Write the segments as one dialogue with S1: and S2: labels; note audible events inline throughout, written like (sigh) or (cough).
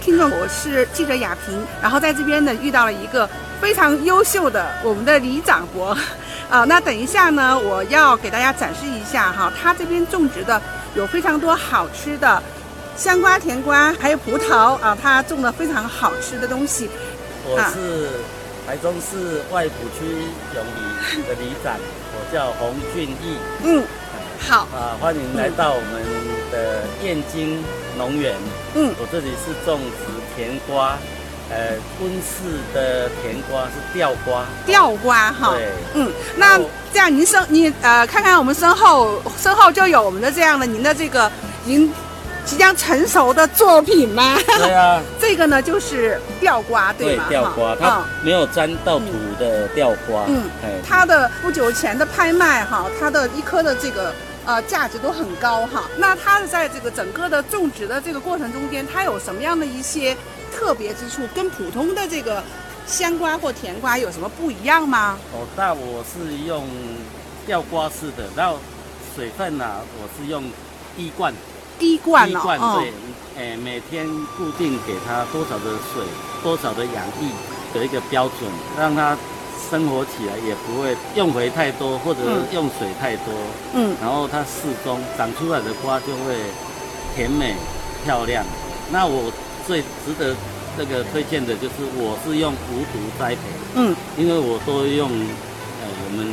S1: 听众，我是记者雅萍，然后在这边呢遇到了一个非常优秀的我们的李长伯， (laughs) 啊，那等一下呢，我要给大家展示一下哈，他这边种植的有非常多好吃的香瓜、甜瓜，还有葡萄啊，他种的非常好吃的东西。
S2: 我是台中市外埔区永里的里长，我叫洪俊义
S1: 嗯，好，
S2: 啊，欢迎来到我们的燕京农园。
S1: 嗯
S2: 我这里是种植甜瓜，呃，温室的甜瓜是吊瓜，
S1: 吊瓜哈。
S2: 对，
S1: 嗯，那这样您身您呃，看看我们身后身后就有我们的这样的您的这个您即将成熟的作品吗？
S2: 对啊，
S1: 这个呢就是吊瓜，
S2: 对
S1: 吗？
S2: 吊瓜，它
S1: 哈
S2: 没有沾到土的吊瓜，
S1: 嗯
S2: 哎
S1: 嗯，它的不久前的拍卖哈，它的一颗的这个呃价值都很高哈。那它在这个整个的种植的这个过程中间，它有什么样的一些特别之处？跟普通的这个香瓜或甜瓜有什么不一样吗？
S2: 哦，那我是用吊瓜式的，然后水分呢、我是用滴灌，
S1: 滴灌
S2: 滴
S1: 哦，
S2: 灌
S1: 哦
S2: 对，哎、每天固定给它多少的水，多少的养液，有一个标准，让它生活起来也不会用回太多，或者
S1: 嗯
S2: 用水太多，
S1: 嗯
S2: 然后它适中长出来的瓜就会甜美漂亮。那我最值得这个推荐的就是，我是用无毒栽培。
S1: 嗯
S2: 因为我都用呃我们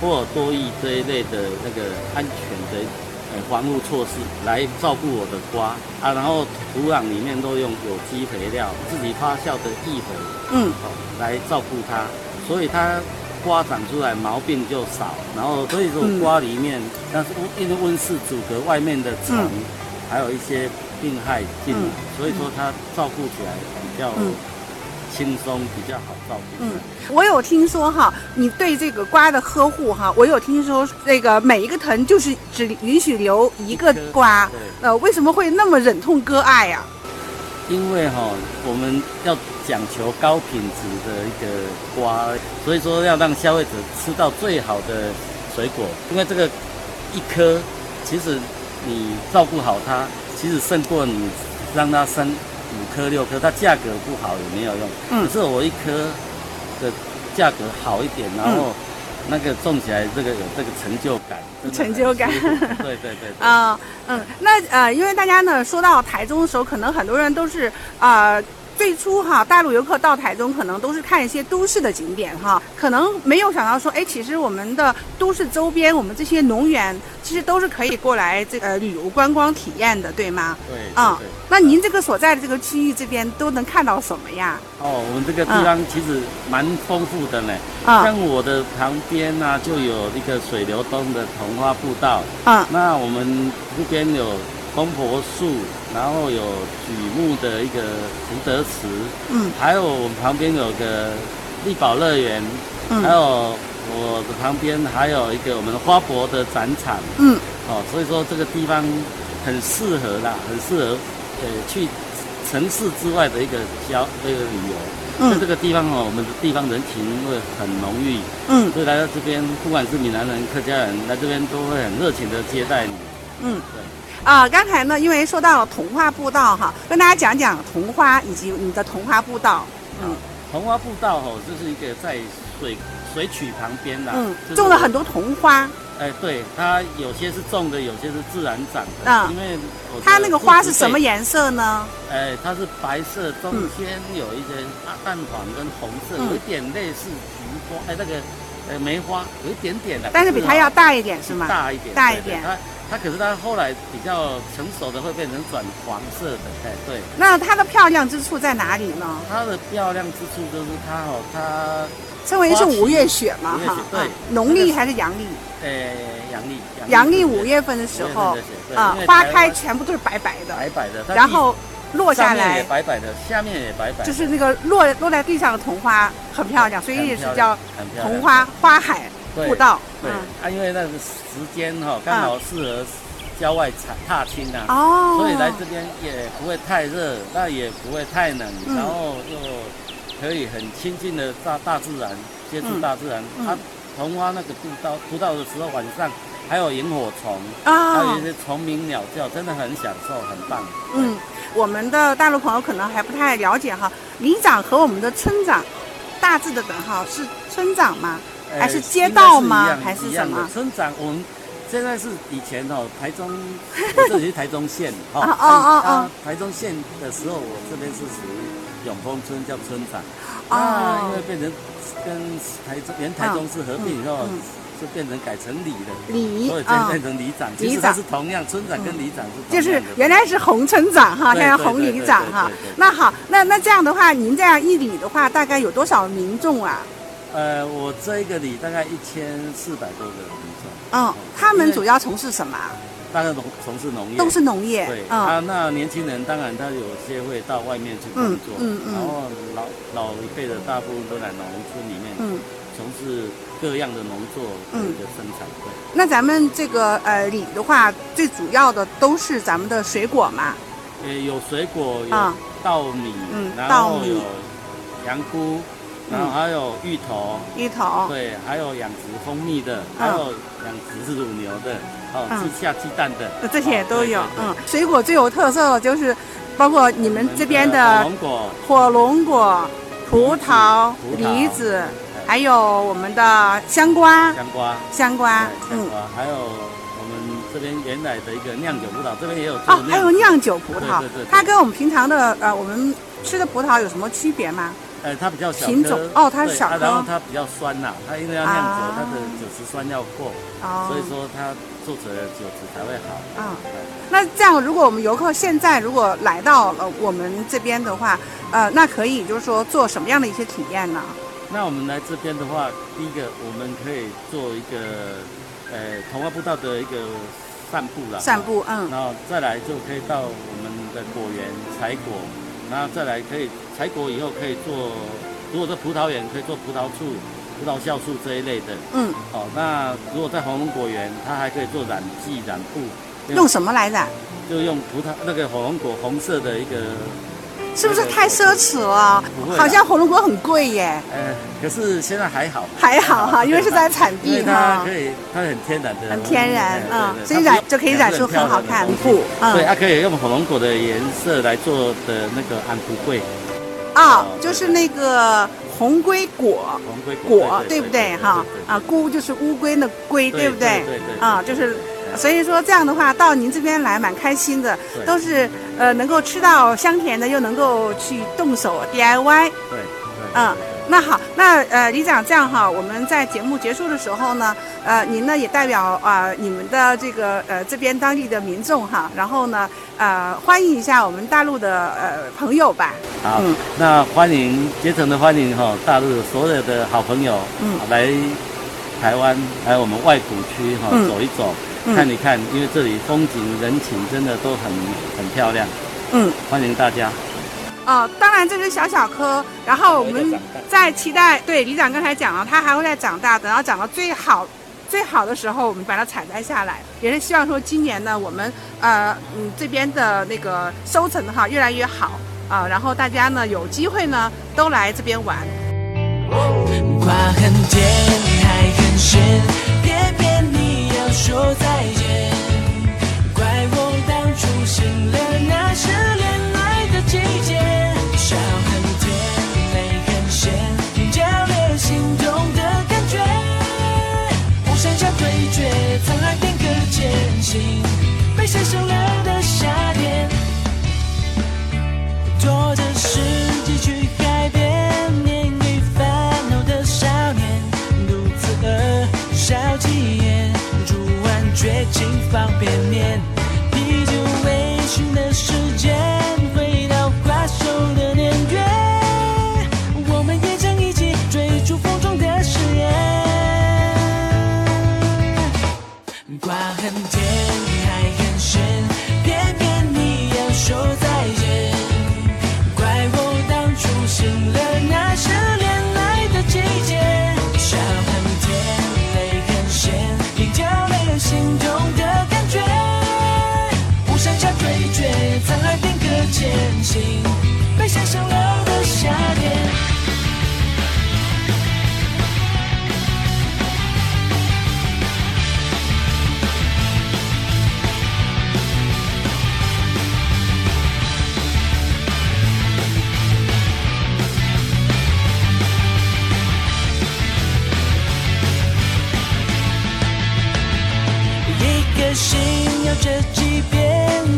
S2: 波尔多益这一类的那个安全的呃防护措施来照顾我的瓜啊，然后土壤里面都用有机肥料，自己发酵的益肥
S1: 嗯
S2: 哦来照顾它，所以它。瓜长出来毛病就少，然后所以说
S1: 嗯
S2: 瓜里面，但是温因为温室阻隔外面的虫，
S1: 嗯
S2: 还有一些病害进来，
S1: 嗯
S2: 所以说它照顾起来比较
S1: 嗯
S2: 轻松，比较好照顾。
S1: 嗯，我有听说哈，你对这个瓜的呵护哈，我有听说那个每一个藤就是只允许留一个
S2: 一颗
S1: 瓜，
S2: 对。
S1: 呃，为什么会那么忍痛割爱啊呀、
S2: 因为哈、我们要讲求高品质的一个瓜，所以说要让消费者吃到最好的水果。因为这个一颗，其实你照顾好它，其实胜过你让它生五颗六颗，它价格不好也没有用。
S1: 嗯
S2: 可是我一颗的价格好一点，然后那个种起来这个有这个成就感，真的
S1: 成就感
S2: 很舒服对对对
S1: (laughs)
S2: 对。
S1: 啊，嗯，那呃，因为大家呢说到台中的时候，可能很多人都是啊。呃最初哈，大陆游客到台中可能都是看一些都市的景点哈，可能没有想到说，哎，其实我们的都市周边，我们这些农园，其实都是可以过来这个呃旅游观光体验的，对吗？
S2: 对对
S1: 啊
S2: 对
S1: 那您这个所在的这个区域这边都能看到什么呀？
S2: 哦，我们这个地方其实蛮丰富的呢。
S1: 啊
S2: 像我的旁边呢、就有一个水流东的桐花步道。
S1: 啊
S2: 那我们这边有公婆树，然后有榉木的一个福德池，
S1: 嗯
S2: 还有我们旁边有个力宝乐园，还
S1: 嗯
S2: 有我的旁边还有一个我们花博的展场。
S1: 嗯
S2: 哦，所以说这个地方很适合啦，很适合呃去城市之外的一个交那个旅游。那
S1: 嗯
S2: 这个地方哦，我们的地方人情味很浓郁，
S1: 嗯
S2: 所以来到这边，不管是闽南人、客家人来这边都会很热情的接待你。
S1: 嗯。啊，刚才呢，因为说到了童话步道哈，跟大家讲讲童花以及你的童话步
S2: 啊
S1: 道。嗯
S2: 红花步道哦，就是一个在水水渠旁边啦，
S1: 嗯
S2: 就是，
S1: 种了很多童花，
S2: 哎，对，它有些是种的，有些是自然长的。
S1: 嗯
S2: 因为我的
S1: 它那个花
S2: 父
S1: 是
S2: 辈
S1: 什么颜色呢？
S2: 哎，它是白色，中
S1: 嗯
S2: 间有一些啊淡黄跟红色，
S1: 嗯
S2: 有一点类似菊花，哎，那个呃梅花，有一点点的，
S1: 但是比它要大一点
S2: 可
S1: 是
S2: 是
S1: 吗？
S2: 大一点，
S1: 大一
S2: 对对啊
S1: 点
S2: 它它可是它后来比较成熟的会变成转黄色的，哎，对。
S1: 那它的漂亮之处在哪里呢？
S2: 它的漂亮之处就是它哦，它
S1: 称为是五月雪嘛
S2: 五月雪
S1: 哈，
S2: 对
S1: 啊农历还是阳历？
S2: 呃阳历
S1: 阳历五
S2: 月
S1: 月份的时候啊
S2: 啊，，因为
S1: 花
S2: 台湾
S1: 开全部都是白白的，
S2: 白白的，它
S1: 然
S2: 地
S1: 后落下
S2: 上面
S1: 来
S2: 也白白的，下面也白白的，
S1: 就是那个落落在地上的童花很漂亮，所以
S2: 很
S1: 也是
S2: 漂
S1: 叫
S2: 亮很漂亮
S1: 童花花海
S2: 对
S1: 步道。
S2: 对
S1: 嗯
S2: 啊，因为那个时间哈刚好适合郊外踩踏青啊，
S1: 哦，
S2: 所以来这边也不会太热，那也不会太冷，
S1: 嗯
S2: 然后又可以很亲近的大大自然，接触
S1: 嗯
S2: 大自然。啊
S1: 嗯
S2: 它桐花那个步道，步道的时候晚上还有萤火虫，还有
S1: 啊
S2: 一，些虫鸣鸟叫，真的很享受，很棒。
S1: 嗯，我们的大陆朋友可能还不太了解哈，里长和我们的村长大致的等号是村长吗？
S2: 呃
S1: 还是街道吗
S2: 应该一样
S1: 还是
S2: 一样的
S1: 什么哦
S2: 村长，我们现在是以前哦，台中，我这里是台
S1: (laughs)
S2: 中县哈。
S1: 哦哦哦
S2: 啊台中县的时候，我这边是属于永丰村，叫村长。
S1: 哦
S2: 啊，因为变成跟台中原台中市合并以后
S1: 嗯嗯，
S2: 就变成改成里了。
S1: 里
S2: 所以就
S1: 啊、
S2: 变成里长，其
S1: 里
S2: 实它
S1: 长嗯
S2: 是同样，村长跟里长是同
S1: 就
S2: 样的
S1: 是原来是洪村长哈，
S2: 对
S1: 现在
S2: 对
S1: 洪
S2: 对
S1: 里
S2: 对
S1: 长
S2: 对
S1: 哈
S2: 对对。
S1: 那好，那那这样的话，您这样一里的话，大概有多少民众啊？
S2: 呃，我这一个里大概一千四百多个人种，
S1: 嗯，他们
S2: 因为
S1: 主要从事什么啊？
S2: 大概从从事农业，
S1: 都是农业
S2: 对。
S1: 嗯
S2: 啊，那年轻人当然他有些会到外面去工作，
S1: 嗯嗯嗯
S2: 然后老老一辈的大部分都在农村里面
S1: 嗯，
S2: 从事各样的农作的一个生产。对，
S1: 那咱们这个呃里的话，最主要的都是咱们的水果嘛。
S2: 呃，有水果，有
S1: 嗯啊
S2: 稻米，
S1: 嗯
S2: 然
S1: 稻
S2: 后
S1: 米嗯
S2: 有羊菇，然后还有芋头，
S1: 芋头，
S2: 对，还有养殖蜂蜜的，
S1: 嗯
S2: 还有养殖乳牛的，哦，
S1: 嗯
S2: 是下鸡蛋的
S1: 呃，这些也
S2: 哦
S1: 都
S2: 对
S1: 有
S2: 对。对
S1: 嗯，水果最有特色的就是，包括你们嗯这边
S2: 火
S1: 的
S2: 龙果，
S1: 火龙果、葡萄、
S2: 葡萄
S1: 梨子，
S2: 哎
S1: 还有我们的香瓜、
S2: 香瓜，
S1: 香瓜
S2: 哎，香
S1: 嗯。
S2: 瓜，还有我们这边原来的一个酿酒葡萄，这边也有做
S1: 哦，还有酿酒葡萄，
S2: 对对对对
S1: 它跟我们平常的呃我们吃的葡萄有什么区别吗？
S2: 呃，它比较小
S1: 品种
S2: 颗
S1: 哦它是
S2: 对
S1: 小
S2: 啊然后
S1: 颗
S2: 它比较酸呐，它因为要酿酒
S1: 啊，
S2: 它的酒石酸要过，
S1: 哦，
S2: 所以说它做出来的酒质才会好。
S1: 啊、那这样如果我们游客现在如果来到了我们这边的话，呃，那可以就是说做什么样的一些体验呢？
S2: 那我们来这边的话，第一个我们可以做一个呃童话步道的一个散步啦，
S1: 散步，嗯，
S2: 然后再来就可以到我们的果园采果，然后再来可以采果以后可以做，如果在葡萄园可以做葡萄醋、葡萄酵素这一类的。
S1: 嗯，
S2: 哦，那如果在红龙果园，它还可以做染剂、染布，因为
S1: 用什么来染？
S2: 就用葡萄那个火龙果红色的一个，
S1: 是不是太奢侈了
S2: 不会？啦
S1: 好像火龙果很贵耶，
S2: 呃，可是现在还好，
S1: 还好哈，因为是在产
S2: 因为
S1: 地
S2: 它
S1: 哈
S2: 可，以，它很天然的，
S1: 很天然
S2: 哎，对
S1: 嗯
S2: 对，
S1: 所以
S2: 它不
S1: 染
S2: 用
S1: 就可以染出很好看的布，
S2: 对，
S1: 嗯，
S2: 它可以用火龙果的颜色来做的那个安图桂
S1: 啊
S2: 哦，
S1: 就是那个红龟果，
S2: 红龟
S1: 果，对不对哈？啊，
S2: 对
S1: 菇就是乌龟的龟，对不对？
S2: 对对
S1: 啊就是所以说这样的话，到您这边来蛮开心的，
S2: 对
S1: 都是呃能够吃到香甜的，又能够去动手 DIY。
S2: 对，
S1: 嗯
S2: 嗯，
S1: 那好，那呃李长这样哈，我们在节目结束的时候呢，呃您呢也代表啊、呃你们的这个呃这边当地的民众哈，然后呢呃欢迎一下我们大陆的呃朋友吧。
S2: 好
S1: 嗯，
S2: 那欢迎竭诚的欢迎哈，大陆所有的好朋友，
S1: 嗯，
S2: 来台湾，来我们外埔区哈
S1: 嗯
S2: 走一走，
S1: 嗯
S2: 看一看，因为这里风景人情真的都很很漂亮，
S1: 嗯。
S2: 欢迎大家。
S1: 哦，当然这是小小颗，然后我
S2: 还会再
S1: 们
S2: 长大
S1: 在期待。对，李长刚才讲了，它还会再长大，等到长到最好。最好的时候，我们把它采摘下来，也是希望说今年呢，我们呃嗯这边的那个收成哈越来越好啊、然后大家呢有机会呢都来这边玩。
S3: 瓜很甜，还很咸，偏偏你要说再见。怪我当初信了那是恋爱的季节。笑很甜，泪很咸，交流心动的感觉。无声下对决，沧海变个前行，被谁收留的夏天。拖着世纪去改变，免于烦恼的少年，独自而少气焰，煮碗绝情方便面，啤酒微醺的时间，回到花瘦的年月，我们也将一起追逐风中的誓言。瓜很甜，还很咸，偏偏你要说再见。怪我当初信了那是恋爱的季节。笑很甜，泪很咸，你交没有心动的感觉。无声下对决，沧海变个前行，被想象了的夏天。决心要这几遍，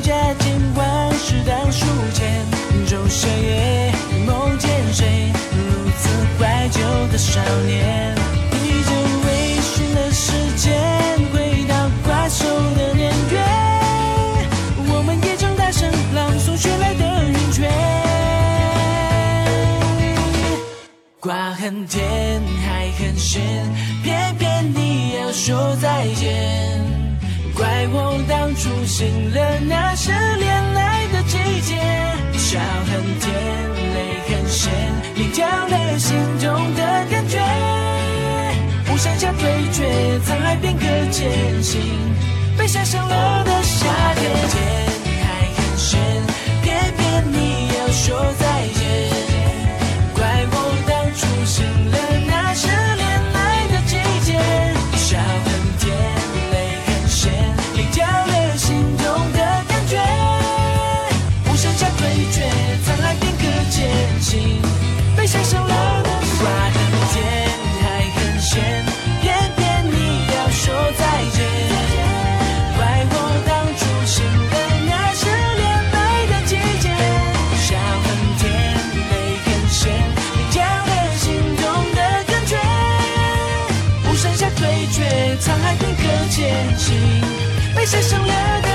S3: 加减万事当数钱，就谁也梦见谁，如此怀旧的少年，披着微醺的时间，回到怪兽的年月，我们也曾大声朗诵学来的云卷。瓜很甜，还很咸，偏偏你要说再见。怪我当初信了那是恋爱的季节，笑很甜，泪很咸，你掉了心中的感觉。我向下退却，沧海变刻前行，被晒伤了的夏天。瓜很甜，还很咸，偏偏你要说再见。怪我当初信了那是恋爱的季节，笑很甜，泪很咸，你掉了心中的感觉，无声下退却，灿烂片刻前行，被晒伤了的瓜很甜，还很咸，偏偏你要说再见。怪我当初信的那是恋爱的季节，笑很甜，泪很咸，你掉了心中的感觉，无声下退却，沧海片刻前行，被晒伤了的